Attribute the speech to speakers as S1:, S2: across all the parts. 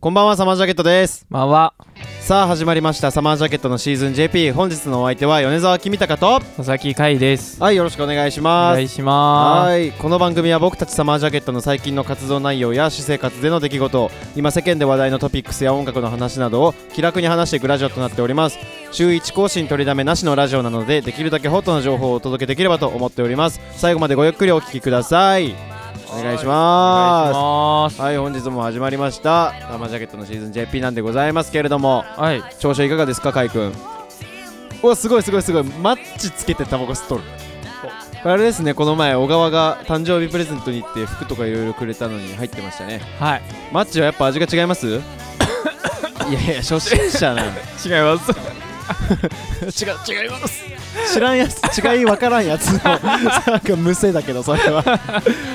S1: こんばんはサマージャケットです
S2: まあは
S1: さあ始まりましたサマージャケットのシーズン JP 本日のお相手は米沢君高と
S2: 佐々木海です
S1: はいよろしくお願いし
S2: お
S1: ます
S2: 願いしま
S1: はいこの番組は僕たちサマージャケットの最近の活動内容や私生活での出来事今世間で話題のトピックスや音楽の話などを気楽に話していくラジオとなっております週1更新取りだめなしのラジオなのでできるだけホットな情報をお届けできればと思っております最後までごゆっくりお聞きくださいお願いし
S2: すお願い
S1: ま
S2: し
S1: す
S2: ます
S1: はい本日も始まりましたサマージャケットのシーズン JP なんでございますけれども
S2: はい
S1: 調子はいかがですかカイ君うわすごいすごいすごいマッチつけてタバコ吸っとるあれですねこの前小川が誕生日プレゼントに行って服とかいろいろくれたのに入ってましたね
S2: はい
S1: マッチはやっぱ味が違います いやいや初心者なの
S2: 違います
S1: 違う違います知らんやつ違い分からんやつのなんか無声だけどそれは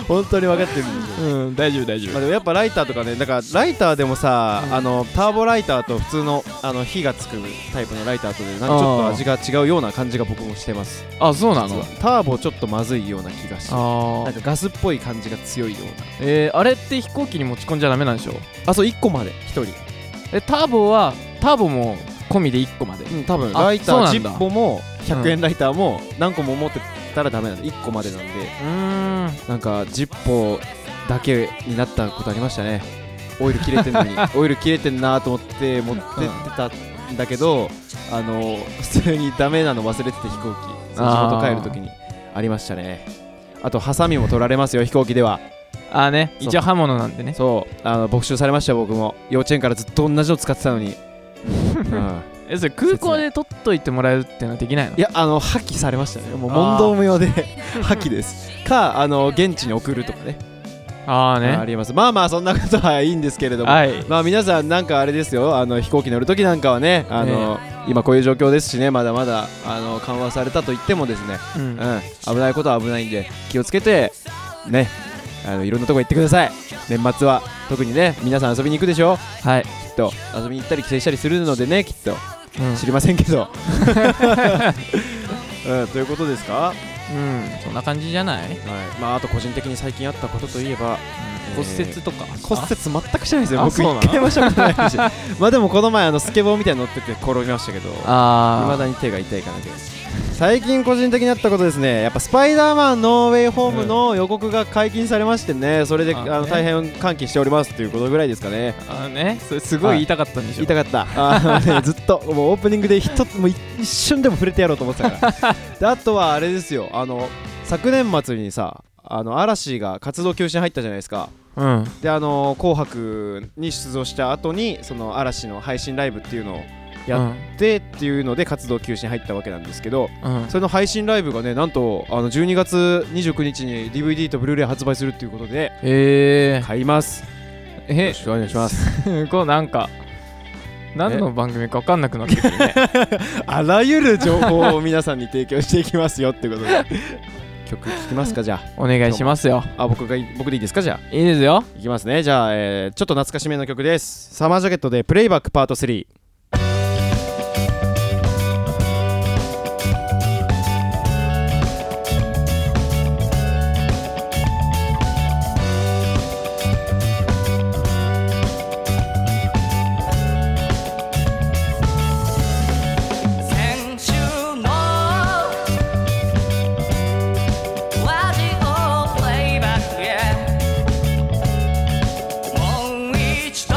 S1: 本当に分かってるんですよ
S2: うん大丈夫大丈
S1: まあ、でもやっぱライターとかねだからライターでもさ、あのターボライターと普通のあの火がつくタイプのライターとでなんかちょっと味が違うような感じが僕もしてます
S2: 夫あそうな
S1: 実
S2: の
S1: はターボちょっとまずいような気がして
S2: あ
S1: な
S2: あ
S1: んかガスっぽい感じが強いような
S2: えー、あれって飛行機に持ち込んじゃダメなんでしょ
S1: あそう1個まで1人
S2: えターボはターボも込みで1個まで
S1: うん多分
S2: あ
S1: ライタ
S2: そう
S1: ー
S2: なんだ
S1: 10本も100
S2: う
S1: 円ライターも何個も持ってたらダメなんで1個までなんで
S2: ーん
S1: なんか10本だけになったことありましたねオイル切れてんの にオイル切れてんなと思って持ってってたんだけど、あの普通にダメなの忘れてて飛行機その仕
S2: あー
S1: 事帰るときにありましたねあとハサミも取られますよ飛行機では
S2: あーね
S1: そう
S2: 一応刃物なんでね
S1: そうあの没収されましたよ僕も幼稚園からずっと同じの使ってたの に、うん
S2: えそれ空港で取っといてもらうってのはできないの
S1: いやあの破棄されましたねもう問答無用で破棄ですかあの現地に送るとかね
S2: ああ
S1: あ
S2: ね
S1: りますまあまあそんなことはいいんですけれども
S2: はい
S1: まあ皆さんなんかあれですよあの飛行機乗るときなんかはねあの、今こういう状況ですしねまだまだあの緩和されたと言ってもですね、
S2: う
S1: うん
S2: ん、
S1: 危ないことは危ないんで気をつけてねあのいろんなとこ行ってください年末は特にね皆さん遊びに行くでしょ
S2: はい、
S1: きっと遊びに行ったり帰省したりするのでねきっと
S2: うん
S1: 知りませんけ ど、うん、ということですか、は
S2: うん、そんな感じじゃない、
S1: いまあ、あと個人的に最近あったことといえば
S2: 骨折とか
S1: 骨折全くしてないんですよ
S2: あ
S1: 僕
S2: そうなの
S1: 一回もしたことないし まあでもこの前あのスケボーみたいに乗ってて転びましたけどい
S2: ああ
S1: まだに手が痛いかなけど最近個人的にあったことですねやっぱ「スパイダーマンノーウェイホーム」の予告が解禁されましてねそれで
S2: あ
S1: あ
S2: ね
S1: の大変歓喜しておりますということぐらいですかね
S2: あね、それすごい言いたかったんでしょ、
S1: 痛かったあの、ね、ずっともうオープニングでひともうい一瞬でも触れてやろうと思ってたからであとはあれですよあの昨年末にさあの嵐が活動休止に入ったじゃないですか
S2: うん
S1: であの紅白」に出場した後にその嵐の配信ライブっていうのをやってっていうので活動休止に入ったわけなんですけど
S2: うんうん
S1: それの配信ライブがねなんとあの12月29日に DVD とブルーレイ発売するっていうことで
S2: えー、
S1: 買いますよ
S2: え
S1: ろ しくお願いします
S2: すごいなんか何の番組か分かんなくなってくるね
S1: あらゆる情報を皆さんに提供していきますよってことで曲聴きますかじゃ
S2: お願いしますよ
S1: ああ僕がい僕でいいですかじゃあ
S2: いいですよ
S1: いきますねじゃあ、えーちょっと懐かしめの曲ですサマージャケットでプレイバックパート3
S3: 先週のラジオプレイバックへもう一度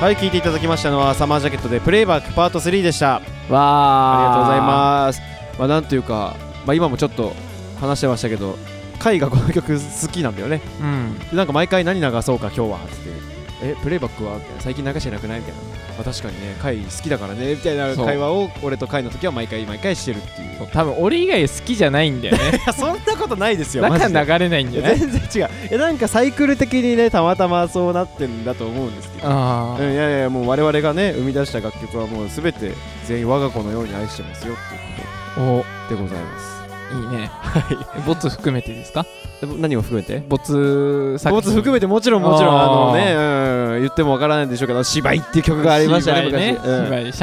S1: はい聞いていただきましたのはサマージャケットでプレイバックパート3でしたありがとうござい
S2: わあ
S1: ますまあなんというか、まあ、今もちょっと話してましたけどカイがこの曲好きなんだよね
S2: りがとうございます
S1: でなんか毎回何流そうか今日はっつってえプレイバックはみたいな最近流してなくないみたいな、まあ、確かにねカイ好きだからねみたいな
S2: そう
S1: 会話を俺とカイの時は毎回毎回してるっていう
S2: うんそう多分俺以外好きじゃないんだよね
S1: いやそんなことないですよ
S2: だ
S1: マジで
S2: から流れないん
S1: い
S2: じゃな
S1: や
S2: い
S1: 全然違ういやなんかサイクル的にねたまたまそうなってんだと思うんですけど
S2: あ
S1: うんいやいやいやもう我々がね生み出した楽曲はもう全て全員我が子のように愛してますよっていう
S2: あお
S1: ことでございます
S2: いいねはい ボツ含めてですか
S1: でも何を含めて
S2: ボツ作
S1: ボツ含めてもちろんもちろんあ
S2: あー
S1: のね、うん、言ってもわからないんでしょうけど芝居っていう曲がありましたね
S2: 芝居ね
S1: 昔、うん
S2: 芝居シ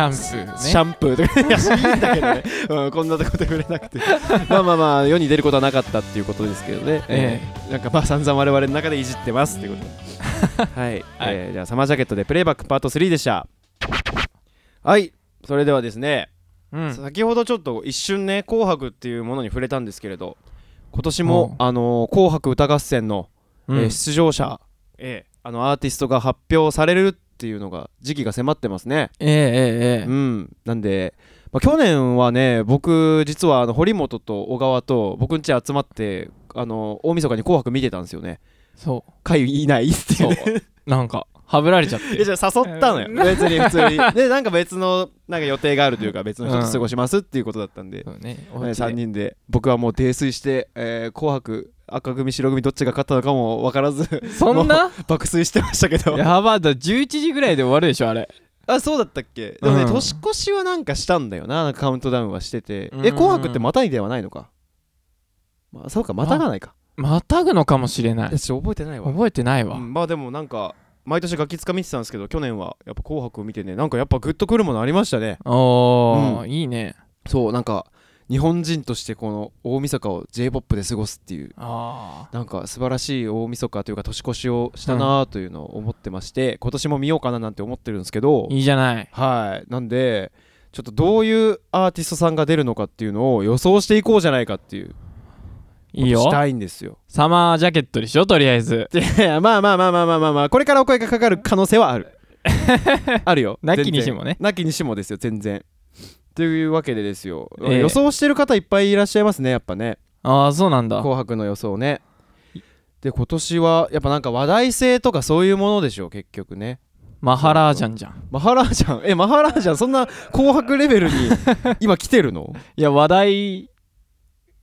S2: ャンプーね
S1: シャンプーとかいやいいんだけどね、うん、こんなとこで触れなくてまあまあまあ世に出ることはなかったっていうことですけどね、
S2: え
S1: えなんかまあ散々我々の中でいじってますってこと はい、えーじゃあサマージャケットでプレイバックパート3でしたはいそれではですね、
S2: うん
S1: 先ほどちょっと一瞬ね「紅白」っていうものに触れたんですけれど今年
S2: う
S1: も
S2: ん
S1: 「あのー紅白歌合戦」の
S2: うん
S1: えー出場者、えーあのアーティストが発表されるっていうのが時期が迫ってますね。
S2: えええええ
S1: うん、なんで、まあ、去年はね僕実はあの堀本と小川と僕ん家集まってあの大晦日に「紅白」見てたんですよね。
S2: えそ
S1: 会いないうってい
S2: そうう
S1: ね。
S2: なんかはぶられちゃっ
S1: いや
S2: て
S1: じゃあ誘ったのよ別に普通にでなんか別のなんか予定があるというか別の人と過ごしますっていうことだったんで、
S2: そうねお
S1: ね、
S2: 家で
S1: 3人で僕はもう泥酔して「えー紅白」赤組白組どっちが勝ったのかも分からず
S2: そんな
S1: 爆睡してましたけど
S2: やばいだ11時ぐらいで終わるでしょあれ
S1: あそうだったっけでもね、
S2: うん
S1: 年越しはなんかしたんだよななんかカウントダウンはしてて、
S2: うん
S1: え紅白ってまたいではないのか、まあ、そうかまたがないか
S2: またぐのかもしれない
S1: 私覚えてないわ、
S2: 覚えてないわ、
S1: うんまあでもなんか毎年ガキつか見てたんですけど去年はやっぱ「紅白」を見てねなんかやっぱグッとくるものありましたね
S2: おー、
S1: う
S2: いいね
S1: そうなんか日本人としてこの大晦日を j p o p で過ごすっていう
S2: あ
S1: なんか素晴らしい大晦日というか年越しをしたなあというのを思ってまして、今年も見ようかななんて思ってるんですけど
S2: ーいいじゃない
S1: はいなんでちょっとどういうアーティストさんが出るのかっていうのを予想していこうじゃないかっていう
S2: いいよ
S1: したいんですよ
S2: サマージャケットでしょとりあえず
S1: いや まあまあまあまあまあまあ、まあ、これからお声がかかる可能性はある あるよ
S2: なき
S1: 全然
S2: にしもね
S1: なきにしもですよ全然というわけでですよ、
S2: ええ
S1: 予想してる方いっぱいいらっしゃいますねやっぱね
S2: ああそうなんだ
S1: 紅白の予想ねで今年はやっぱなんか話題性とかそういうものでしょう結局ね
S2: マハラージャンじゃん
S1: マハラージャンえマハラージャンそんな紅白レベルに今来てる の
S2: いや話題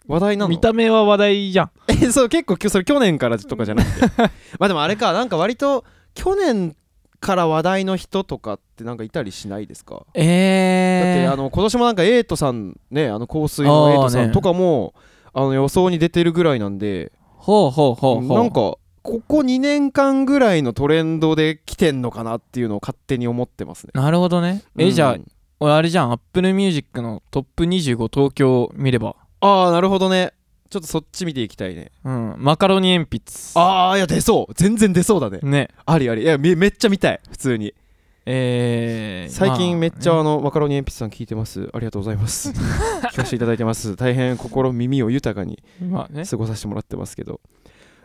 S1: 話題なの
S2: 見た目は話題じゃん
S1: え そう結構きょそれ去年からとかじゃなくて まあでもあれかなんか割と去年から話題の人とかってなんかいたりしないですかだっ
S2: え
S1: て
S2: え
S1: あの今年もなんかエイトさんねあの香水のエイトさ
S2: あー
S1: ん
S2: ね
S1: とかもあの予想に出てるぐらいなんで
S2: ほうほうほうほう
S1: なんかここ2年間ぐらいのトレンドで来てんのかなっていうのを勝手に思ってますね。
S2: なるほどねえ、
S1: うん
S2: じゃあ俺あれじゃんアップルミュージックのトップ25東京見れば
S1: ああなるほどねちょっとそっち見ていきたいね
S2: うんマカロニ鉛筆
S1: ああいや出そう全然出そうだね
S2: ね
S1: ありありいやめめっちゃ見たい普通に
S2: えー、
S1: 最近めっちゃ
S2: まあ
S1: あのマカロニ鉛筆さん聞いてますありがとうございます 聞かせていただいてます大変心耳を豊かに
S2: ねまあね
S1: 過ごさせてもらってますけど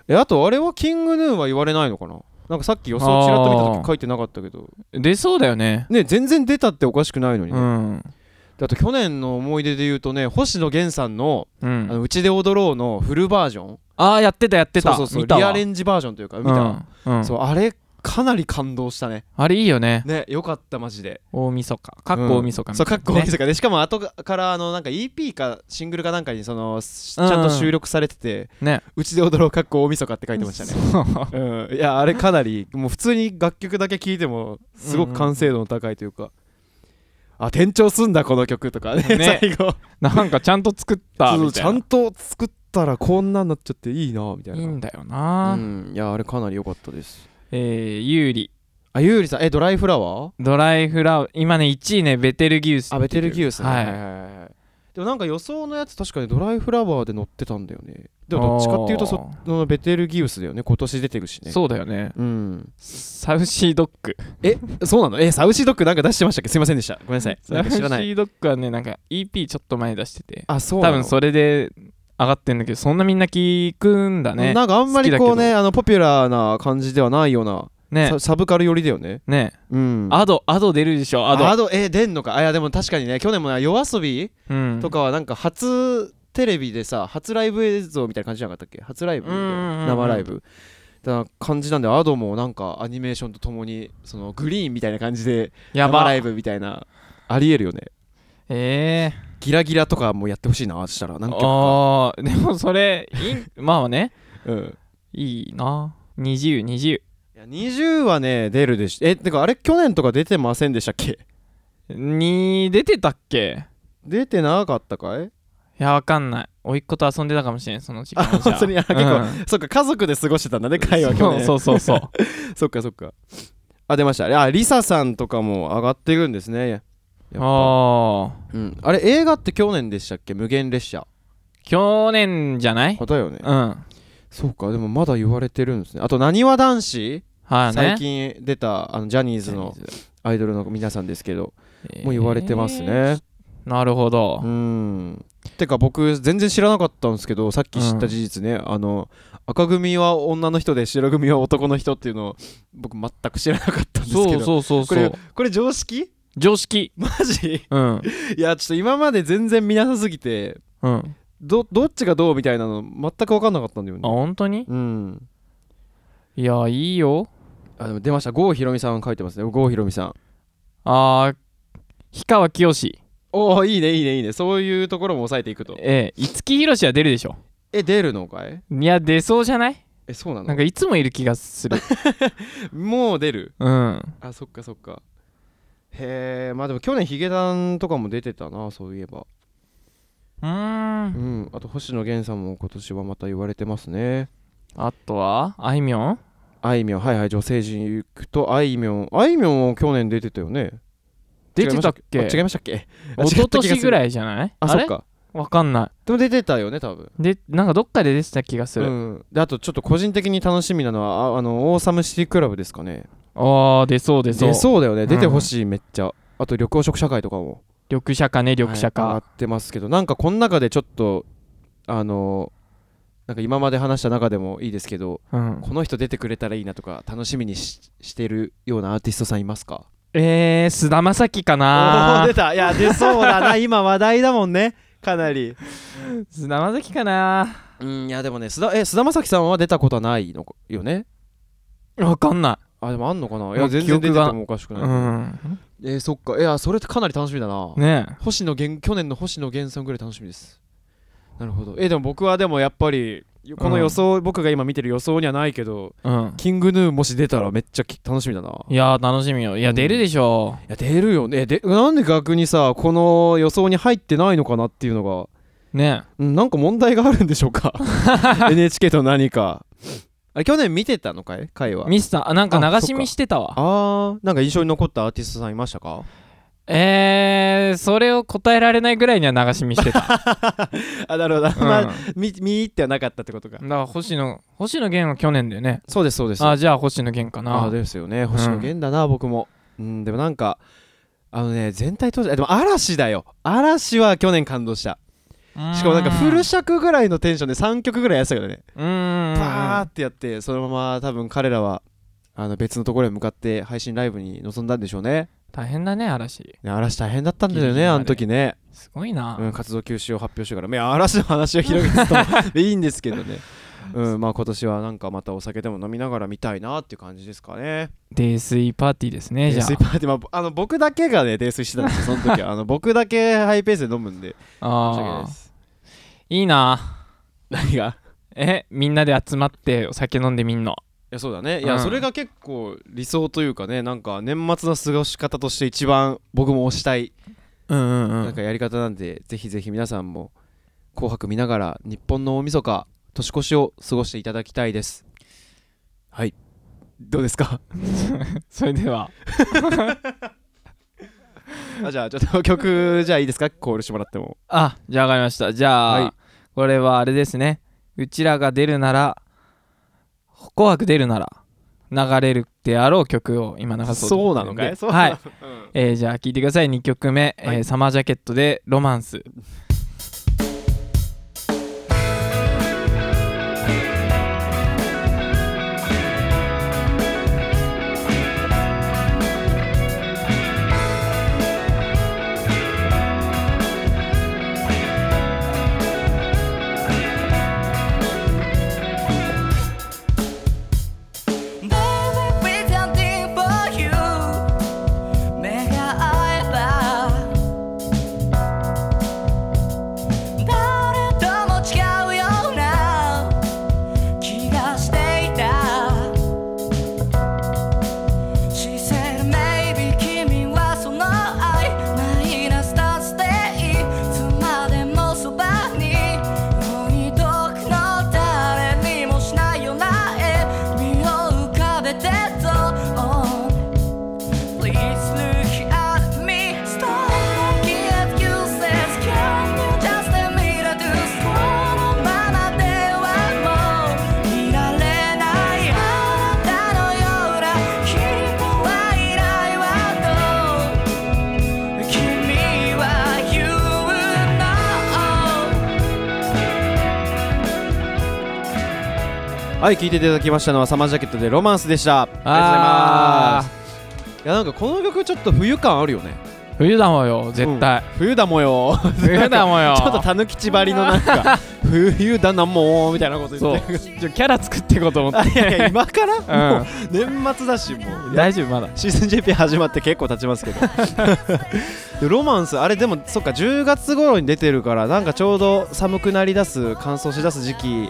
S1: えあとあれはキングヌーは言われないのかななんかさっき予想ちらっと見た
S2: あ
S1: 時
S2: ー
S1: 書いてなかったけど
S2: 出そうだよね
S1: ね全然出たっておかしくないのに
S2: う
S1: ね、
S2: ん
S1: であと去年の思い出で言うとね星野源さんの
S2: う
S1: 「あ
S2: ん
S1: のうちで踊ろう」のフルバージョン
S2: ああやってたやってた
S1: そうそうそう
S2: 見たわ
S1: リアレンジバージョンというか見た、
S2: うんうん
S1: そうあれかなり感動したね
S2: あれいいよね
S1: ねよかったマジで
S2: 大晦日かっこ大晦日みたいなね
S1: そうかっこいいですかねしかも後からあのなんか EP かシングルかなんかにそのしちゃんと収録されてて「
S2: ね
S1: うちで踊ろう」かっこ大晦日って書いてましたね
S2: そう
S1: うん、いやあれかなりもう普通に楽曲だけ聴いてもすごく完成度の高いというか、あ転調すんだこの曲とかね
S2: ね
S1: 最後
S2: なんかちゃんと作った
S1: そう
S2: み
S1: ち
S2: たい
S1: ゃ
S2: なん
S1: と作ったらこんなんなっちゃっていいなみたい
S2: い
S1: ない
S2: んだよな、
S1: うん、いやあれかなり良かったです
S2: えー、ユーリ
S1: あゆうりさんえドライフラワー
S2: ドライフラワー今ね1位ねベテルギウス
S1: あベテルギウスね
S2: は
S1: はい
S2: い
S1: はいはいでもなんか予想のやつ確かにドライフラワーで乗ってたんだよねでもどっちかっていうとそ
S2: あ
S1: そのベテルギウスだよね今年出てるし
S2: ー
S1: ね
S2: そうだよね
S1: うん
S2: サウシードッグ
S1: えそうなのえサウシードッグなんか出してましたっけすいませんでしたごめんなさい
S2: サ
S1: なんか
S2: ウシ
S1: 知らない
S2: ードッグはねなんか EP ちょっと前に出してて
S1: あそう
S2: 多
S1: なの
S2: 分それで上がってんだけどそんなみんな聞くんだね
S1: なんかあんまりこう
S2: 好きだけ
S1: ねあのポピュラーな感じではないような
S2: ね
S1: ササブカル寄りだよね
S2: ね
S1: うん
S2: アドアド出るでしょアド
S1: アドえ出んのかあいやでも確かにね去年もな夜遊び
S2: うん
S1: とかはなんか初テレビでさ初ライブ映像みたいな感じじゃなかったっけ初ライブみたい
S2: うんうんうんう
S1: なん生ライブだから感じなんでアドもなんかアニメーションとともにそのグリーンみたいな感じで
S2: や
S1: 生ラ
S2: ば
S1: イブみたいなありえるよね
S2: え
S1: ギラギラとかもやってほしいなそしたら
S2: え
S1: なんか、
S2: あーでもそれい いまあね
S1: うん、
S2: いいな2020 20
S1: いや20はね出るでしえてかあれ去年とか出てませんでしたっけ
S2: に出てたっけ
S1: 出てなかったかい
S2: いやわかんない甥っ子と遊んでたかもしれんその時間はじゃ
S1: あ本当にあ結構
S2: うん
S1: そっか家族で過ごしてたんだね会話去年
S2: そうそ うそうそう
S1: そっかそっかあ出ましたあリサさんとかも上がっていくんですねやっぱ
S2: ああ
S1: うん、あれ映画って去年でしたっけ無限列車
S2: 去年じゃない
S1: だよね
S2: うんは
S1: そうかでもまだ言われてるんですねあとなにわ男子、
S2: いね
S1: 最近出たあのジャニーズのアイドルの皆さんですけどもう言われてますね、
S2: えーなるほど
S1: うんてか僕全然知らなかったんですけどさっき知った事実ね、あの赤組は女の人で白組は男の人っていうのを僕全く知らなかったんですけど
S2: そうそうそう
S1: こ
S2: そ
S1: れ
S2: う
S1: これ常識
S2: 常識
S1: マジ
S2: うん
S1: いやちょっと今まで全然見なさすぎて
S2: うん
S1: どどっちがどうみたいなの全く分かんなかったんだよ
S2: あ
S1: ね
S2: 本当に
S1: うん
S2: いやいいよ
S1: あでも出ました郷ひろみさん書いてますね郷ひろみさん
S2: あー氷川きよし
S1: おおいいねいいねいいねそういうところも抑えていくと
S2: ええ五木ひろしは出るでしょ
S1: え出るのかい
S2: いや出そうじゃない
S1: えそうなの
S2: なんかいつもいる気がする
S1: もう出る
S2: うん
S1: あそっかそっかへえまあでも去年ヒゲダンとかも出てたなそういえば
S2: うー
S1: うんんあと星野源さんも今年はまた言われてますね
S2: あとはあいみょん
S1: あいみょんはいはい女性陣行くとあいみょんあいみょんも去年出てたよね
S2: 出てたっけ
S1: 違いましたっけあ違いま
S2: 一
S1: したっけ
S2: 昨年ぐ
S1: い
S2: らいじゃない
S1: あ
S2: あ
S1: そっ
S2: れ
S1: か
S2: わかんな
S1: でも出てたよね多分
S2: いでなんかどっかで出てた気がす
S1: う
S2: る、
S1: んであとちょっと個人的に楽しみなのはああのオーサムシティクラブですかね
S2: ああ出そう出そう
S1: 出そうだよね
S2: ん
S1: 出てほしいめっちゃあと緑黄色社会とかも
S2: 緑茶かね緑茶か、
S1: はい上がってますけどなんかこの中でちょっとあのなんか今まで話した中でもいいですけど
S2: うん
S1: この人出てくれたらいいなとか楽しみにししてるようなアーティストさんいますか
S2: えー、菅田将暉か
S1: あ
S2: な
S1: 出たいや出そうだ な今話題だもんねかなり
S2: 菅田将暉かな
S1: うんいやでもね須田え菅田将暉さんは出たことはないのよね
S2: わかんな
S1: あでもあんのかない
S2: も
S1: や
S2: う
S1: 全然出
S2: 記
S1: て
S2: 憶が
S1: てもおかしく
S2: い
S1: ない、
S2: うん
S1: えーそっかいやそれってかなり楽しみだな
S2: ね
S1: 星野源去年の星野源さんぐらい楽しみですなるほどえでも僕はでもやっぱりこの予想、僕が今見てる予想にはないけど
S2: えうん
S1: キングヌーもし出たらめっちゃき楽しみだない
S2: やー楽しみよいや出るでしょ
S1: いや出るよねでなんで逆にさこの予想に入ってないのかなっていうのが
S2: ね
S1: うんなんか問題があるんでしょう か NHK と何かあれ去年見てたのかい会は
S2: ミスターあなんか
S1: あ
S2: 流し見してたわ
S1: あーなんか印象に残ったアーティストさんいましたか
S2: えー、それを答えられないぐらいには流し見し てた、
S1: あなるほど、
S2: うん、だか
S1: 見見入ってはなかったってことから
S2: 星野星野源は去年だよね
S1: そうですそうです
S2: あじゃあ星野源か
S1: ああ
S2: な
S1: ですよね星野源だな、僕もうんでもなんかあのね全体通してあでも嵐だよ嵐は去年感動したしかもなんかフル尺ぐらいのテンションで3曲ぐらいやってたけどね
S2: うーん
S1: バーってやってそのまま多分彼らはあの別のところへ向かって配信ライブに臨んだんでしょうね
S2: 大変だね嵐
S1: ね嵐大変だったんだよ
S2: ギリギリ
S1: ね
S2: まで
S1: あの時ね、
S2: すごいな、
S1: うん、活動休止を発表してからいや嵐の話を広げて たいいんですけどねうんまあ今年はなんかまたお酒でも飲みながら見たいなっていう感じですかね
S2: 泥酔パーティーですねじ
S1: 泥
S2: ゃ
S1: 酔パーティー、まあぼ、あの僕だけがね泥酔してたんですよ その時はあの僕だけハイペースで飲むんで申し訳ない
S2: ああ
S1: で
S2: ー
S1: す
S2: いいな
S1: 何がい
S2: えみんなで集まってお酒飲んでみんの
S1: やそうだねいや、
S2: うん
S1: それが結構理想というかねなんか年末の過ごし方として一番僕も推したい、
S2: うんうんう
S1: なんかやり方なんでぜひぜひ皆さんも「紅白」見ながら日本の大晦日年越しを過ごしていただきたいですはいどうですか
S2: それでは
S1: あじゃあちょっと曲じゃあいいですかコールしてもらっても
S2: あじゃあわかりましたじゃあ、
S1: はい
S2: これはあれですねうちらが出るなら「紅白」出るなら流れるであろう曲を今流そうと思ってるで
S1: そうなのかいそうな
S2: は
S1: の
S2: い、えーじゃあ聴いてください2曲目、
S1: は
S2: えー
S1: い
S2: サマージャケット」で「ロマンス」
S3: 「
S1: はい聞いていただきましたのはサマージャケットでロマンスでしたありがとうございますいやなんかこの曲ちょっと冬感あるよね
S2: 冬だもんよ絶対、
S1: 冬だもよ
S2: 冬だもんよ
S1: ちょっとたぬきちばりのなん か冬だなもうみたいなこと言
S2: そう
S1: ってる
S2: ちょキャラ作っていこうと思って
S1: あいやいや今から、
S2: うん
S1: もう年末だしもう
S2: 大丈夫まだ
S1: シーズン JP 始まって結構経ちます けどでロマンスあれでもそっか10月頃に出てるからなんかちょうど寒くなりだす乾燥しだす時期 に
S2: に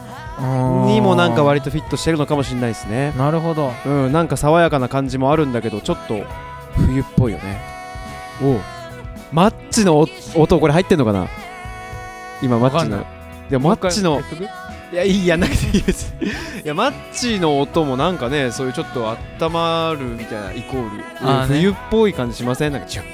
S1: もなんか割とフィットしてるのかもしれないですね
S2: なるほど
S1: うんなんか爽やかな感じもあるんだけどちょっと冬っぽいよねおうマッチのお音これ入ってんのかな今マッチの
S2: わかんない
S1: やマッチの
S2: もう一回
S1: いやいいやんなくていいです いやマッチの音もなんかねそういうちょっと温まるみたいなイコール
S2: あーね
S1: 冬っぽい感じしませんなんかチュ
S2: い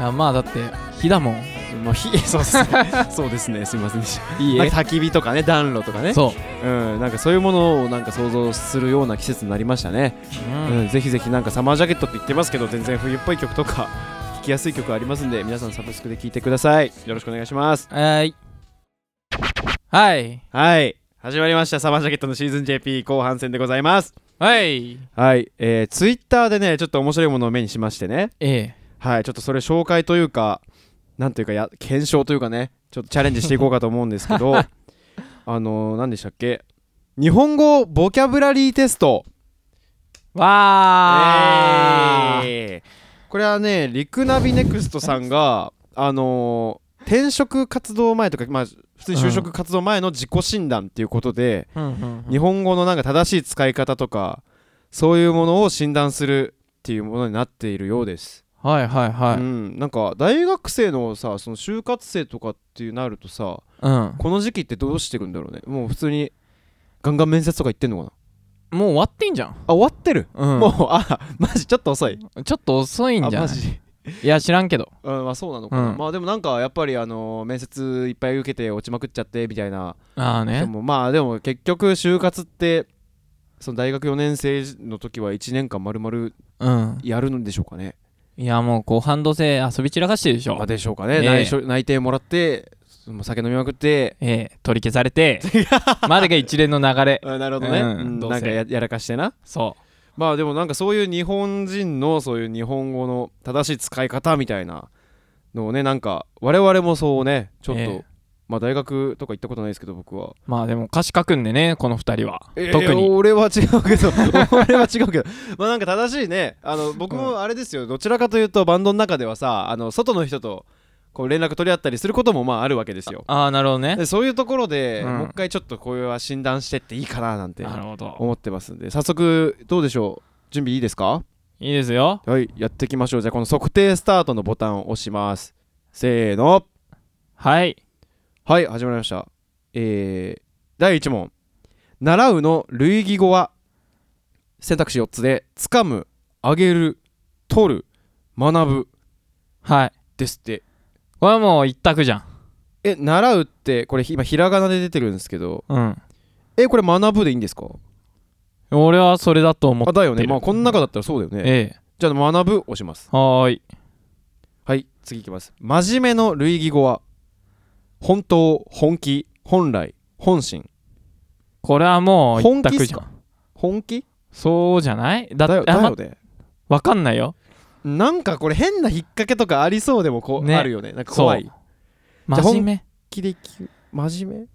S2: やまあだって火だもん
S1: ッもうひ そうですねそうですねすみませんでしたい
S2: いえ
S1: なんか焚き火とかね暖炉とかね、
S2: そう
S1: ん、なんかそういうものをなんか想像するような季節になりましたね、
S2: う
S1: うんんぜひぜひなんかサマージャケットって言ってますけど全然冬っぽい曲とか聴きやすい曲ありますんで皆さんサブスクで聴いてくださいよろしくお願いします
S2: はいはい
S1: はい始まりましたサマージャケットのシーズン JP 後半戦でございます
S2: はい
S1: はい、えー、ツイッターでねちょっと面白いものを目にしましてね
S2: ええ
S1: はいちょっとそれ紹介というかなんというかや検証というかねちょっとチャレンジしていこうかと思うんですけ どあのー、何でしたっけ日本語ボキャブラリーテスト
S2: わー、
S1: えーこれはねリクナビネクストさん があのー転職活動前とか、まあ、普通に就職活動前の自己診断っていうことで、
S2: うんうんうん
S1: 日本語のなんか正しい使い方とかそういうものを診断するっていうものになっているようです、
S2: はいはいは
S1: う
S2: い
S1: ん、なんか大学生のさその就活生とかっていうなるとさ
S2: うん
S1: この時期ってどうしていくんだろうねもう普通にガンガン面接とか行ってんのかな
S2: もう終わってんじゃん
S1: あ終わってる、
S2: うん
S1: もうあマジちょっと遅い
S2: ちょっと遅いんじ
S1: あ
S2: ゃ
S1: マ
S2: ない
S1: ジ
S2: いや知らんけど
S1: うんまあそうなのかな、
S2: うん
S1: まあでもなんかやっぱりあの面接いっぱい受けて落ちまくっちゃってみたいな
S2: ああ
S1: で
S2: ね
S1: もまあでも結局就活ってその大学4年生の時は1年間まるまる
S2: うん
S1: やるんでしょうかね。
S2: いやもう後半どうせ遊び散らかしてるでし
S1: まあ
S2: ょ
S1: でしょうかね。
S2: ええ
S1: 内緒内定もらって、もう酒飲みまくって。
S2: ええ取り消されて までが一連の流れ
S1: なる
S2: ほどねうんどう
S1: な
S2: せ
S1: んかややらかしてな。
S2: そ
S1: まあでもなんかそういう日本人のそういう日本語の正しい使い方みたいなのをね、なんか我々もそうね、ちょっと、
S2: ええ
S1: まあ大学とか行ったことないですけど僕は。
S2: うまあでも歌詞書くんでねこの二人は、特
S1: いや
S2: に
S1: 俺は違うけど 俺は違うけどまあなんか正しいねあの僕もあれですよ、どちらかというとバンドの中ではさあの外の人とこう連絡取り合ったりすることもまああるわけですよ
S2: ああなるほどね
S1: でそういうところで、
S2: うん
S1: もう一回ちょっとこれは診断してっていいかななんて
S2: なるほど
S1: 思ってますんで早速どうでしょう準備いいですか
S2: いいですよ
S1: はいやっていきましょうじゃあこの測定スタートのボタンを押しますせーの
S2: はい
S1: はい始まりましたえー、第1問習うの類義語は選択肢4つで掴むあげる取る学ぶ
S2: はい
S1: ですって
S2: これはもう一択じゃん
S1: え習うってこれ今ひらがなで出てるんですけど
S2: うん
S1: えこれ学ぶでいいんですか
S2: 俺はそれだと思っ
S1: あ
S2: て
S1: だよね
S2: る
S1: まあこの中だったらそうだよね
S2: ええ
S1: じゃあ学ぶ押します
S2: はーい
S1: はい次いきます真面目の類義語は本当本気本来本心
S2: これはもう一
S1: 本気っ
S2: 択
S1: す
S2: じゃ
S1: か
S2: ん
S1: そう本気
S2: そうじゃないだ
S1: だよ
S2: って
S1: だ
S2: あ
S1: よ
S2: ま
S1: ね
S2: わかんないよ
S1: なんかこれ変な引っ掛けとかありそうでもこう、
S2: ね
S1: あるよねなんか怖いあ
S2: 真面目
S1: きでき真面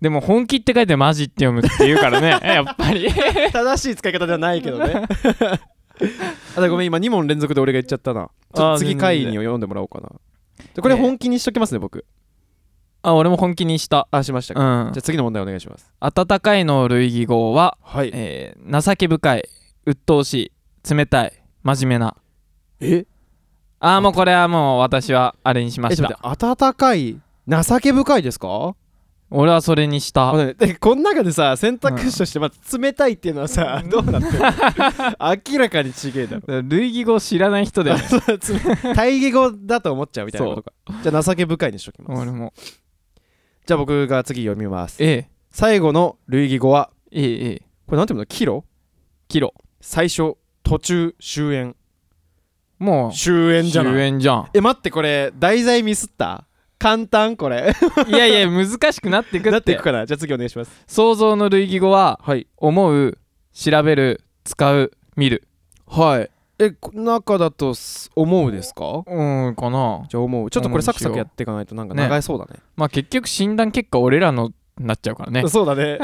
S2: でも本気って書いてマジって読むって言うからね やっぱり
S1: 目正しい使い方ではないけど ねあだごめん今2問連続で俺が言っちゃったなちょっと
S2: あー
S1: 次
S2: 全然
S1: 会
S2: 全
S1: に
S2: 然
S1: 読んでもらおうかなでこれ
S2: ね
S1: 本気にしときますね僕
S2: あ俺も本気にした
S1: あしました
S2: う
S1: か、
S2: ん
S1: じゃあ次の問題お願いします
S2: 温かいの類義語は、
S1: はいえ
S2: えー情け深い鬱陶しい冷たい真面目な
S1: え
S2: ああもうこれはもう私はあれにしまし
S1: ちょったと待って温かい情け深いですか
S2: 俺はそれにした
S1: あのねでこの中でさ選択肢としてまず冷たいっていうのはさ、どうなってる 明らかに違えだろ
S2: 類義語知らない 人だよね
S1: 対義語だと思っちゃうみたいなことかじゃあ情け深いにしときます
S2: 俺も
S1: じゃあ僕が次読みます
S2: え
S1: 最後の類義語は
S2: えええええ
S1: これなんていうのキロ
S2: キロ
S1: 最初途中終焉
S2: もう
S1: 終焉
S2: 終焉じゃん
S1: え待ってこれ題材ミスった簡単これ
S2: いやいや難しくなってくって
S1: なっていくからじゃあ次お願いします
S2: 想像の類義語は
S1: はい
S2: 思う調べる使う見る
S1: はいえ中だと思うですか
S2: うーんかな
S1: じゃあ思うちょっとこれサクサクやっていかないとなんか長いそうだね
S2: まあ結局診断結果俺らのになっちゃうからね
S1: そうだ ね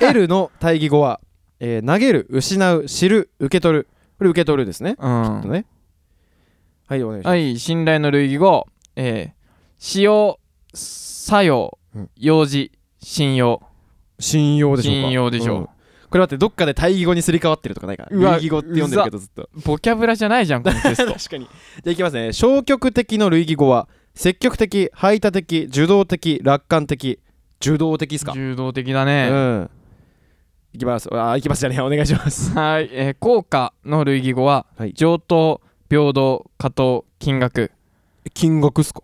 S1: L の対義語は、えー投げる失う知る受け取るこれ受け取るですね、
S2: うん
S1: ねはいお願いします、
S2: はい信頼の類義語、えー使用作用
S1: うん
S2: 用事信用
S1: 信用でしょうか
S2: 信用でしょ
S1: んこれ待ってどっかで対義語にすり替わってるとかないか
S2: うわ
S1: な類義語って読んでるけどずっと
S2: ボキャブラじゃないじゃんこの テスト
S1: 確かにじゃあいきますね消極的の類義語は積極的排他的受動的楽観的受動的ですか
S2: 柔道的だね、
S1: うんいきますあいきますじゃねえお願いし ます
S2: はい、えー効果の類義語は、
S1: はい
S2: 上等平等下等金額
S1: 金額っすか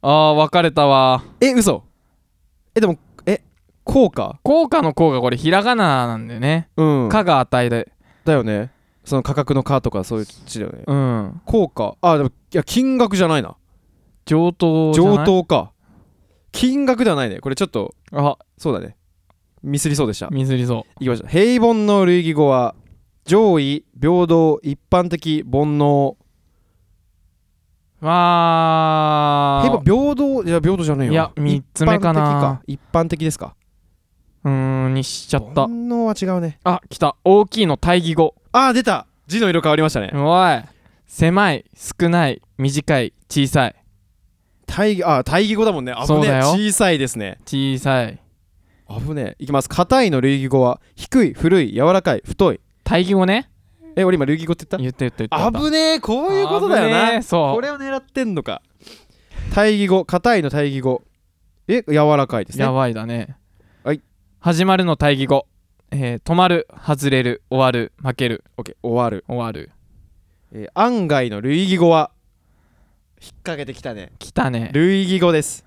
S2: あー分かれたわ
S1: え嘘えでもえ効果
S2: 効果の効果これひらがななんだよね
S1: うん
S2: かが値で
S1: だよねその価格の価とかそういう字だよね
S2: うん
S1: 効果あでもいや金額じゃないな
S2: 上等じゃない
S1: 上等か金額ではないねこれちょっと
S2: あ
S1: そうだねミスりそうでした
S2: ミスりそ
S1: いきましょう平凡の類義語は上位平等一般的煩悩
S2: うわ
S1: 平凡
S2: ー
S1: 平等いや平等じゃねえよ
S2: いや三つ目かな
S1: 一般的か一般的ですか
S2: うーんにしちゃった
S1: 煩悩は違うね
S2: あ来た大きいの対義語
S1: あー出た字の色変わりましたね
S2: おい狭い少ない短い小さい
S1: 対義あ対義語だもんね危
S2: そう
S1: ね
S2: だ
S1: え
S2: よ
S1: 小さいですね
S2: 小さい
S1: 危ねえいきます硬いの類義語は低い古い柔らかい太い
S2: 対義語ね
S1: え俺今類義語って言っ
S2: 言って言って言って
S1: た危ねえこういうことだよ
S2: 危ねえ
S1: な
S2: そ
S1: こ
S2: う
S1: れを狙ってんのか対義語硬いの対義語え柔らかいですね
S2: やばいだね
S1: はい
S2: 始まるの対義語、えー止まる外れる終わる負ける
S1: OK 終わる、
S2: 終わる
S1: えー案外の類義語は引っ掛けてきたね
S2: 来たね
S1: 類義語です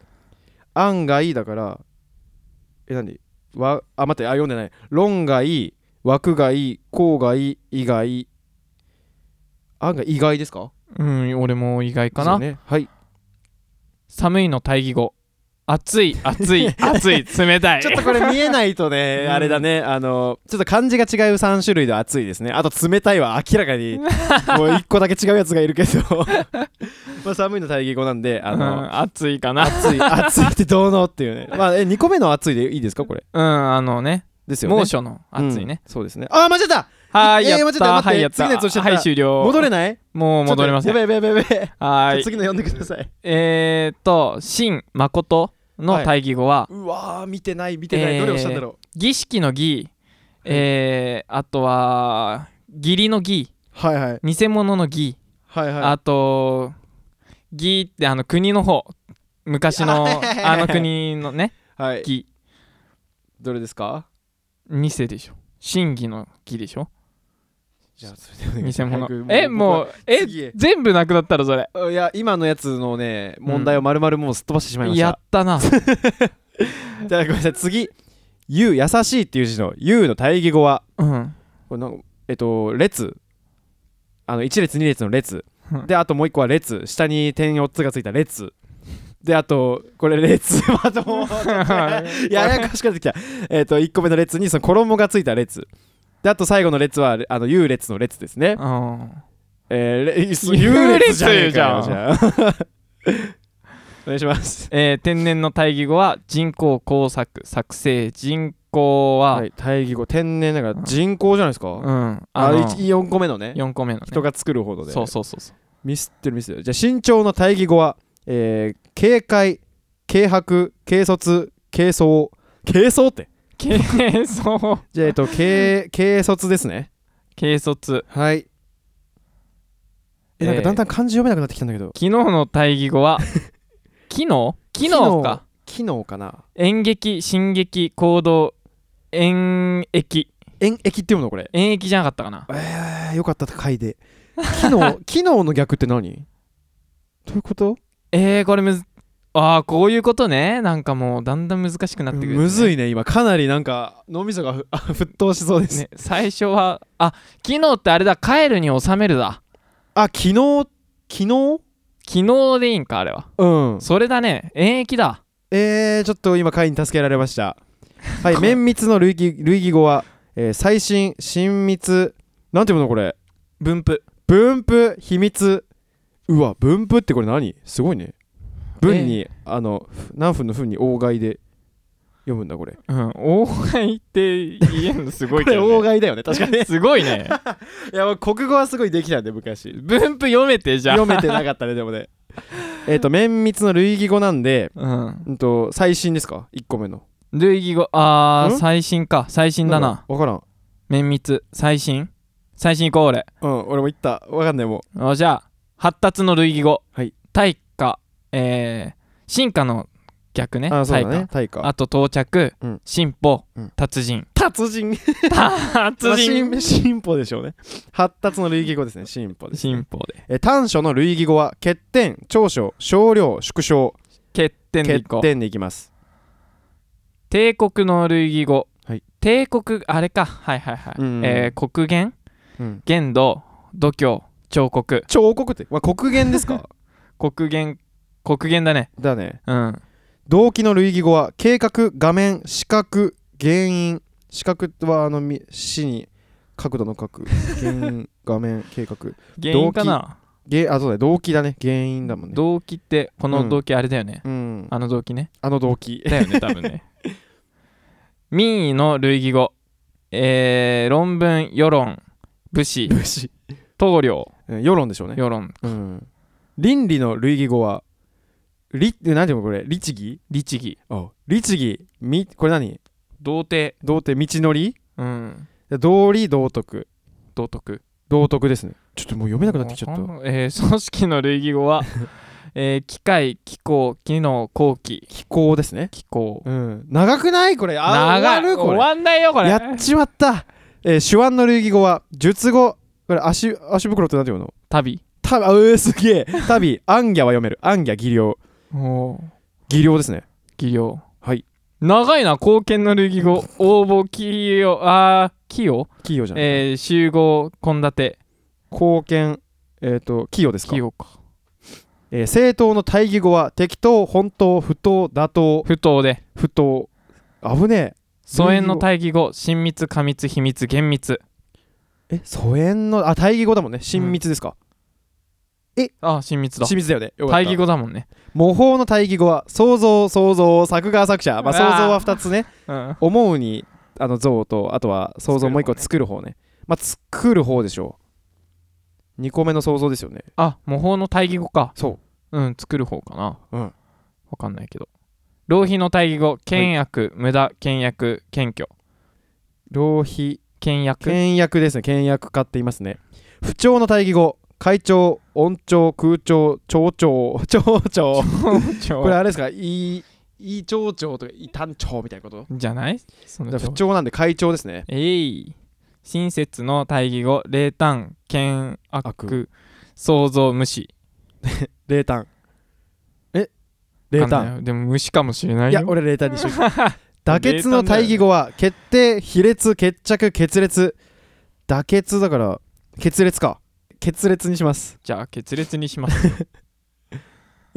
S1: 案外だからえ何わあ待ってあ読んでない論外枠外郊外以外案外意外ですか
S2: うん俺も意外かな、
S1: ですよねはい
S2: 寒いの対義語暑い 暑い暑い冷たい
S1: ちょっとこれ見えないとね、
S2: うん
S1: あれだね、あの、ちょっと漢字が違う3種類で熱いですね。あと、冷たいは明らかに、もう1個だけ違うやつがいるけど、 まあ寒いの対義語なんで、あ
S2: う
S1: の、
S2: ん、暑いかな
S1: 暑い、暑いってどうのっていうね。まあ、え、2個目の暑いでいいですか、これ。
S2: うんあのね
S1: ですよね。
S2: 猛暑の暑いね、
S1: うん。そうですね。あー、間違えた
S2: はーい
S1: えー
S2: やっ
S1: 待って
S2: た
S1: 待って
S2: はいやった
S1: 次のやつ押しちゃった
S2: はい終了
S1: 戻れない
S2: もう戻れませ
S1: ちょっ
S2: ん
S1: とやべえやべえやべえやべえ。ちょっ
S2: はー
S1: と
S2: い
S1: 次の読んでください。
S2: えー、っと「真」「誠」の対義語は、
S1: うわー、見てない、見てない。
S2: えー
S1: どれ押したんだろう。
S2: 儀式の儀えー、あとは義理の義
S1: はいはい。
S2: 偽物の義、
S1: はいはい。
S2: あと義ってあの国の方昔の
S1: あ
S2: あの国のね
S1: はい。
S2: 義
S1: どれですか
S2: 偽でしょ真偽の偽でしょ
S1: じゃあ、それでお願いし
S2: 偽
S1: ます
S2: 物
S1: 早く
S2: えも
S1: 僕は
S2: うえ
S1: 次へ
S2: 全部なくなったらそれ
S1: いや今のやつのね
S2: ん
S1: 問題をまるまるもうすっ飛ばしてしまいまし、
S2: やったたな
S1: じゃあごめんなさい次「ゆう優しい」っていう字の「ゆ う」の対義語は
S2: うん
S1: これなんかえっと列あの1列2列の列
S2: うん
S1: であともう1個は列下に点4つがついた列であとこれ列 またもう ややこしくなってきたえっと1個目の列にその衣がついた列であと最後の列はあの優列の列ですね
S2: うん
S1: えー、れ
S2: 優
S1: 優
S2: 劣
S1: 劣
S2: じ
S1: じ
S2: ゃ
S1: ゃ
S2: ね
S1: ね
S2: え
S1: え
S2: か
S1: か
S2: よ
S1: よじゃあ お願いします
S2: えー天然の対義語は人工工作作成人工は、
S1: はい、対義語天然だか
S2: う
S1: ら
S2: ん
S1: 人工じゃないですか、
S2: うん
S1: あ
S2: あの
S1: 4個目のね
S2: 4個目のね
S1: 人が作るほどで
S2: そうそうそうそう
S1: ミスってるミスってるじゃあ身長の対義語は、えー、警戒軽薄軽率軽装軽装って
S2: 軽率
S1: じゃあえっ と軽軽率ですね
S2: 軽率
S1: はいえなん
S2: えー
S1: かだんだん漢字読めなくなってきたんだけど
S2: 昨日の対義 語は昨日昨日か
S1: 機能かな
S2: 演劇進撃行動演疫
S1: 演疫って読むのこれ
S2: 演疫じゃなかったかな
S1: えー、よかった回 で機能機能の逆って何どういうこと
S2: えー、これむずああこういうことねなんかもうだんだん難しくなってくる、
S1: むず
S2: い
S1: いね今かなりなんか脳みそがふ 沸騰しそうです、
S2: ね最初はあ昨日ってあれだ帰るに収めるだ
S1: あ昨日昨日
S2: 昨日でいいんかあれは
S1: うん
S2: それだね演疫だ
S1: えー、ちょっと今会員に助けられま したはい
S2: これ
S1: 綿密の類義類義語は、えー最新親密なんていうのこれ
S2: 分布
S1: 分布秘密うわ分布ってこれ何すごいね文に、あのふ何分の分に大外で読むんだ これ
S2: うん大貝って言えんのすごい
S1: こ
S2: け
S1: れ
S2: ど、ね、
S1: 大外だよね確かにい
S2: すごいね
S1: や俺国語は すごいできたんで昔
S2: 分布読めてじゃん
S1: 読めてなかったねでも ねえっと綿密の類義語なんで
S2: うん
S1: うんと最新ですか1個目の
S2: 類義語あー
S1: ん
S2: 最新か最新だな
S1: 分からん
S2: 綿密最新最新行こう俺
S1: うん俺も言った分かんないもう
S2: おじゃあ発達の類義語、
S1: はい、
S2: 対価えー、進化の逆ね
S1: あそうだ
S2: 対
S1: ね
S2: 価
S1: 対価
S2: あと到着、
S1: うん
S2: 進歩、
S1: うん
S2: 達人
S1: 達人
S2: 達 人
S1: 進 進歩でしょうね発達の類義語ですね進歩です、ね、
S2: 進歩で
S1: え短所の類義語は欠点長所少量縮小
S2: 欠点で
S1: 欠
S2: いこう
S1: 点でいきます
S2: 帝国の類義語、
S1: はい
S2: 帝国あれかはいはいはい、
S1: うん
S2: えー国言
S1: うん
S2: 言度度胸彫刻
S1: 彫刻って、まあ、国言ですか
S2: 国言国言だね
S1: だね
S2: うん
S1: 動機の類義語は計画画面視覚原因視覚はあのみ死に角度の角原因画面計画
S2: 原因かな
S1: げあそうだね動機だね原因だもんね
S2: 動機ってこの動機あれだよね、
S1: うん
S2: あの動機ね
S1: あの動機
S2: だよね多分ね民意の類義語えー、論文世論武士
S1: 武士
S2: 棟梁
S1: うん世論でしょうね
S2: 世論
S1: うん倫理の類義語はり何ていうのこれ律儀
S2: 律儀
S1: 律儀みこれ何
S2: 童貞
S1: 道程道のり
S2: うん
S1: 道理道徳
S2: 道徳
S1: 道徳ですねちょっともう読めなくなってきちゃっ
S2: あ
S1: た
S2: あえー、組織の類義語は、えー、機械機構機能後期
S1: 気候ですね
S2: 機構
S1: うん長くないこれあ
S2: 長い
S1: 終わるこ
S2: 終
S1: れ
S2: わんないよこれ
S1: やっちまった、えー手腕の類義語は術語これ足足袋って何ていうの
S2: 旅
S1: たあうーすげえ旅暗ギは読める暗ギャ技量
S2: おー
S1: 技量ですね
S2: 技量
S1: はい
S2: 長いな貢献の類義語応募企業あー企業、
S1: 企業じゃない、
S2: えー、集合献立
S1: 貢献えっ、と企業ですか
S2: 企業か
S1: えー政党の対義語は適当本当不当妥当
S2: 不当で
S1: 不当危ね
S2: 疎遠の対義語親密過密秘密厳密
S1: ええ疎遠のあ対義語だもんね親密ですか、
S2: あ親密だ
S1: 親密だよねよかった
S2: 対義語だもんね、
S1: 模倣の対義語は想像想像作画作者まあ
S2: うわー
S1: 想像は2つね
S2: うん、
S1: 思うにあの像とあとは想像もう一個作る方ねまあ作る方でしょう2個目の想像ですよね
S2: あ模倣の対義語か
S1: そ
S2: うん作る方かな
S1: ううん
S2: わかんないけど浪費の対義語倹約、無駄倹約謙虚
S1: 浪費
S2: 倹約
S1: 倹約ですね倹約家って言いますね不調の対義語会長音調空調町長町長こ
S2: こ
S1: れあれですかいいいい町長とかいい単長みたいなこと
S2: じゃないその
S1: だから不調なんで会長ですね
S2: えい親切の対義語冷淡倹悪
S1: 悪
S2: 想像無視
S1: 冷淡え冷
S2: わかん
S1: 淡
S2: ないよでも無視かもしれない
S1: い
S2: よ
S1: や俺冷淡 にしよう妥結の対義語は決定卑劣決着決裂妥結だから決裂か決裂にします
S2: じゃあ決裂にします
S1: い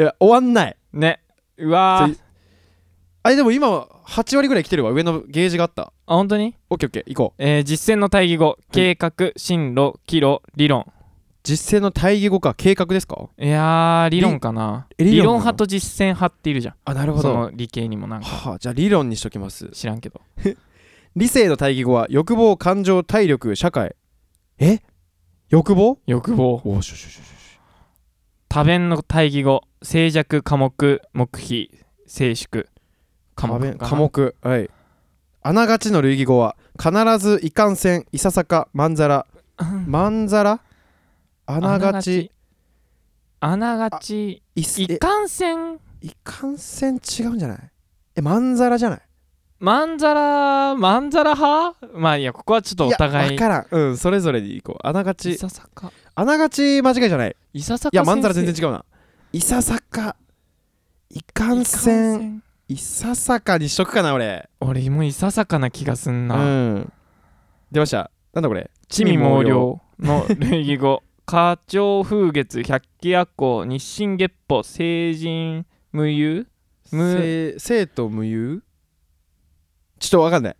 S1: や終わんない
S2: ねうわー
S1: ついあれでも今は8割ぐらい来てるわ上のゲージがあった
S2: あ本当に
S1: オッケーオッケー行こう
S2: えー実践の対義語計画、進路岐路理論
S1: 実践の対義語か計画ですか
S2: いやー理論かな
S1: え
S2: 理
S1: 理論なの
S2: 論派と実践派っているじゃん
S1: あなる
S2: その理系にもなんか
S1: はあじゃあ理論にしときます
S2: 知らんけど
S1: 理性の対義語は欲望感情体力社会え欲望
S2: 欲望
S1: おしょしょしょしょ
S2: 多弁の対義語静寂科目黙秘静粛科
S1: 科
S2: 目
S1: 目
S2: か
S1: 科
S2: な
S1: 目はいあながちの類義語は必ずいかんせんいささかまんざらまんざらあながち
S2: あながち
S1: いす
S2: い
S1: え
S2: かんせん
S1: いかんせん違うんじゃないえまんざらじゃない
S2: まんざらまんざら派まあいいやここはちょっとお互い
S1: いやわからんうんそれぞれにいこうあなが
S2: い
S1: ち
S2: ささか
S1: あながち間違いじゃない
S2: いささか
S1: いやまんざら全
S2: 違
S1: 然違うないささかいかんせんいささかにしとくかな俺
S2: 俺もいささかな気がすん
S1: う
S2: な、
S1: ん出ましたなんだこれ
S2: 地味猛量の類義語 花鳥風月百鬼夜行日進月歩成人無憂無
S1: せ生と無憂ちょっとわかんない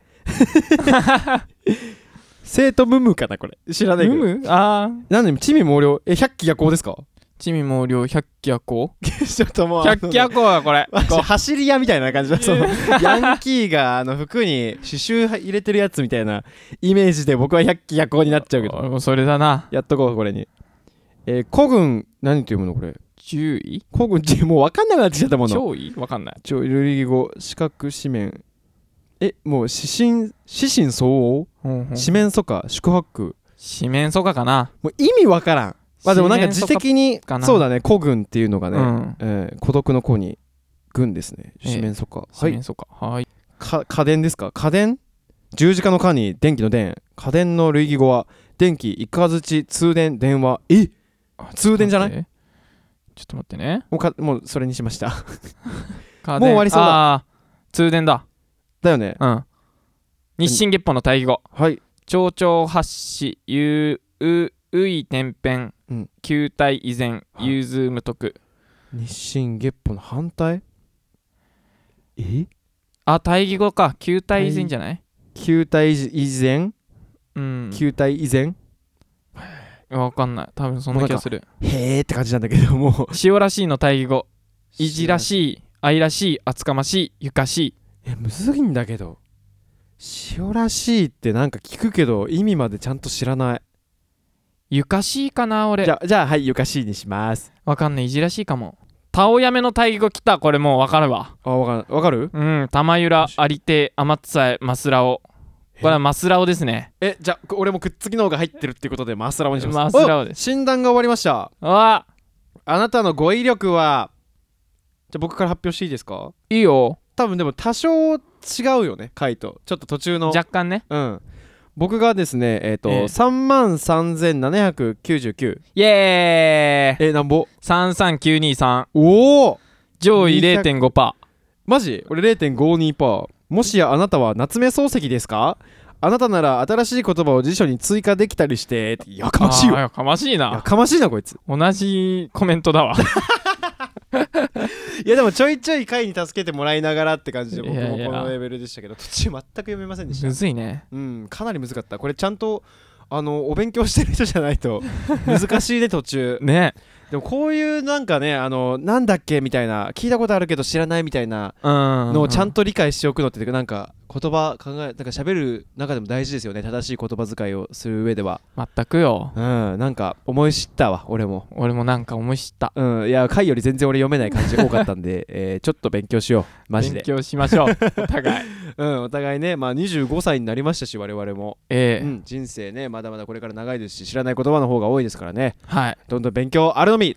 S1: 生と無無かなこれ知らないけ
S2: 無
S1: ど
S2: 無ああ
S1: なんで地味猛量え百鬼夜行ですか
S2: 地味猛量百鬼夜行
S1: ちょっともう
S2: 百鬼夜行だこれ
S1: あのね走り屋みたいな感じだそのヤンキーがあの服に刺繍入れてるやつみたいなイメージで僕は百鬼夜行になっちゃうけど
S2: 俺もそれだな
S1: やっとこうこれにえー古軍何て読むのこれ
S2: 10位
S1: 古軍ってもう分かんなくなってきちゃったもの
S2: 超位わかんない
S1: ちょ、ルリ語、四角四面。え、もう、指針、指針相応四面楚歌、宿泊。
S2: 四面楚歌かな
S1: もう意味わからん。まあでもなんか字的に
S2: か、な
S1: そうだね、古軍っていうのが
S2: う
S1: ね、
S2: ん
S1: えー孤独の子に、軍ですね。
S2: ええ
S1: 四面楚歌。
S2: 四
S1: はい。
S2: 面楚歌はい
S1: か家電ですか家電十字架の家に電気の電。家電の類義語は、電気、イカズチ、通電、電話。え通電じゃない
S2: いちょっと待ってね
S1: もうか、もうそれにしました。
S2: も
S1: う終わりそうだ
S2: 通電だ
S1: だよね。
S2: うん日進月歩の対義語
S1: はい。
S2: 蝶々発しゆううい天変
S1: うん
S2: 球体依然
S1: はい
S2: 融通無徳
S1: 日進月歩の反対え
S2: あ対義語か球体依然じゃない
S1: 球体以前、
S2: うん
S1: 球体以前
S2: わかんない多分そんな気がする
S1: へーって感じなんだけども う
S2: 塩らしいの対義語いじらしい愛らしい厚かましいゆかしい
S1: えむずいんだけど塩らしいってなんか聞くけど意味までちゃんと知らない
S2: ゆかしいかな
S1: じ
S2: 俺
S1: ゃあじゃあはいゆかしいにします
S2: わかんないいじらしいかもタオヤメの対義語来たこれもうわかるわ
S1: あわかるわかる
S2: うん玉ゆらありてえ天津えマスラオこれはマスラオですね
S1: えじゃあこ俺もくっつきの方が入ってるっていうことでマスラオにしま
S2: マ
S1: す
S2: スラオで
S1: お
S2: す
S1: 診断が終わりました
S2: あ
S1: あなたの語彙力はじゃあ僕から発表していいですか
S2: いいよ
S1: 多分でも多少違うよね回とちょっと途中の
S2: 若干ね
S1: うん、僕がですね、えっと
S2: ええ
S1: 3万3799
S2: イエーイ
S1: えなんぼ
S2: 33923
S1: おお
S2: 上位0.5%
S1: マジ俺0.52%もしやあなたは夏目漱石ですかあなたなら新しい言葉を辞書に追加できたりしてやかましい
S2: あー
S1: わ
S2: やかましい
S1: や
S2: な
S1: かましいなこいつ
S2: 同じコメント だわ
S1: いやでもちょいちょい回に助けてもらいながらって感じで僕
S2: いや
S1: も
S2: いや
S1: このレベルでしたけど途中全く読めませんでした
S2: むずいね
S1: うんかなり難かったこれちゃんとあのお勉強してる人じゃない と難しいね途中
S2: ね
S1: でもこういうなんかねあのなんだっけみたいな聞いたことあるけど知らないみたいな
S2: うん
S1: のをちゃん
S2: と
S1: と理解しておくのってなんか言葉考えなんか喋る中でも大事ですよね正しい言葉遣いをする上では
S2: 全くよ
S1: うんなんか思い知ったわ俺も
S2: 俺もなんか思い知った
S1: うんいや回より全然俺読めない感じ多かったん で、えーちょっと勉強しようマジ
S2: 勉
S1: で
S2: 強しましょ うお互い
S1: うんお互いねまあ25歳になりましたし我々も、
S2: え
S1: う
S2: え
S1: ん、人生ねまだまだこれから長いですし知らない言葉の方が多いですからね
S2: はい
S1: どんどん勉強あるのみ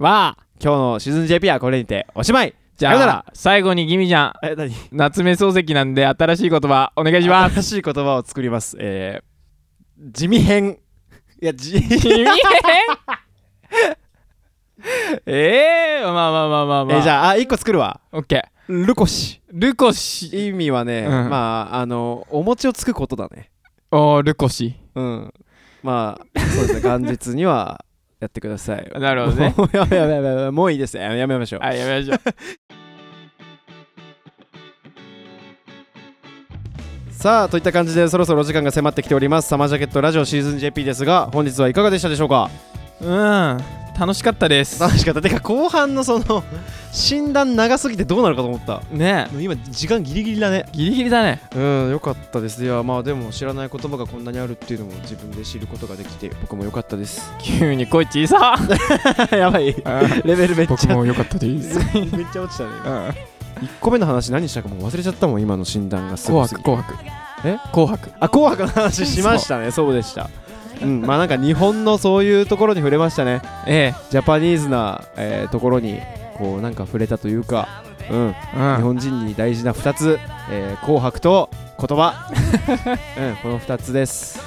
S2: わあ
S1: 今日のシーズン JP はこれにておしまい
S2: じ
S1: さよな
S2: ゃ
S1: ら
S2: あ最後にギミちゃん
S1: え何
S2: 夏目漱石なんで新しい言葉お願い します
S1: 新しい言葉を作ります。えー、地味編。いや、地
S2: 地味ええまあまあまあまあまあ、
S1: えじゃあ、あ、一個作るわ。
S2: オッケー
S1: ルコシ。
S2: ルコシ
S1: 意味はね、
S2: うん
S1: まあ、あの、お餅をつくことだね。
S2: おールコシ。
S1: うん。まあ、そうですね、元日にはやってください
S2: なるほどね
S1: も うやめやめやめやめもういいです。やめやめましょう。
S2: はいやめましょう
S1: さあ、といった感じで、そろそろお時間が迫ってきております。サマージャケットラジオシーズン JP ですが、本日はいかがでしたでしょうか
S2: うん楽しかったです
S1: 楽しかった。てか、後半のその、 診断長すぎてどうなるかと思った。
S2: ね
S1: 今、時間ギリギリだね。
S2: ギリギリだね
S1: うん、よかったです。いや、まあでも知らない言葉がこんなにあるっていうのも自分で知ることができて、僕もよかったです。
S2: 急に声小さ
S1: やばい。レベルめっ
S2: 僕
S1: ちゃ、
S2: も良かったです
S1: めっちゃ落ちたね。1個目の話何したかもう忘れちゃったもん、今の診断がすご
S2: 紅
S1: すぎ
S2: 白
S1: て
S2: 紅白
S1: え
S2: 紅白
S1: あ、紅白の話しましたね。 そうでした。うん、まあなんか日本のそういうところに触れましたね。
S2: え
S1: ジャパニーズな、えーところに、こうなんか触れたというか、うん、
S2: え
S1: 日
S2: うん
S1: 本人に大事な2つ、えー紅白と言 葉、うん、この2つです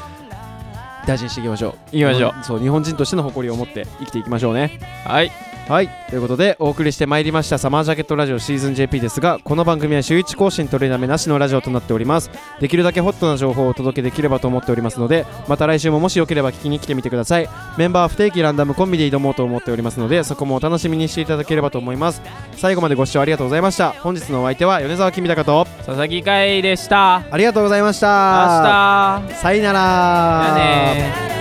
S1: 大事にしていきましょう
S2: いきましょ
S1: 日
S2: う
S1: 本そう日本人としての誇りを持って生きていきましょうね
S2: はい
S1: はいということでお送りしてまいりましたサマージャケットラジオシーズン JP ですがこの番組は週一更新取りだめなしのラジオとなっておりますできるだけホットな情報をお届けできればと思っておりますのでまた来週ももしよければ聞きに来てみてくださいメンバーは不定期ランダムコンビで挑もうと思っておりますのでそこもお楽しみにしていただければと思います最後までご視聴ありがとうございました本日のお相手は米沢君高と
S2: 佐々木会でした
S1: ありがとうございまし
S2: 明
S1: た
S2: 日
S1: さよなら
S2: だねー
S3: 「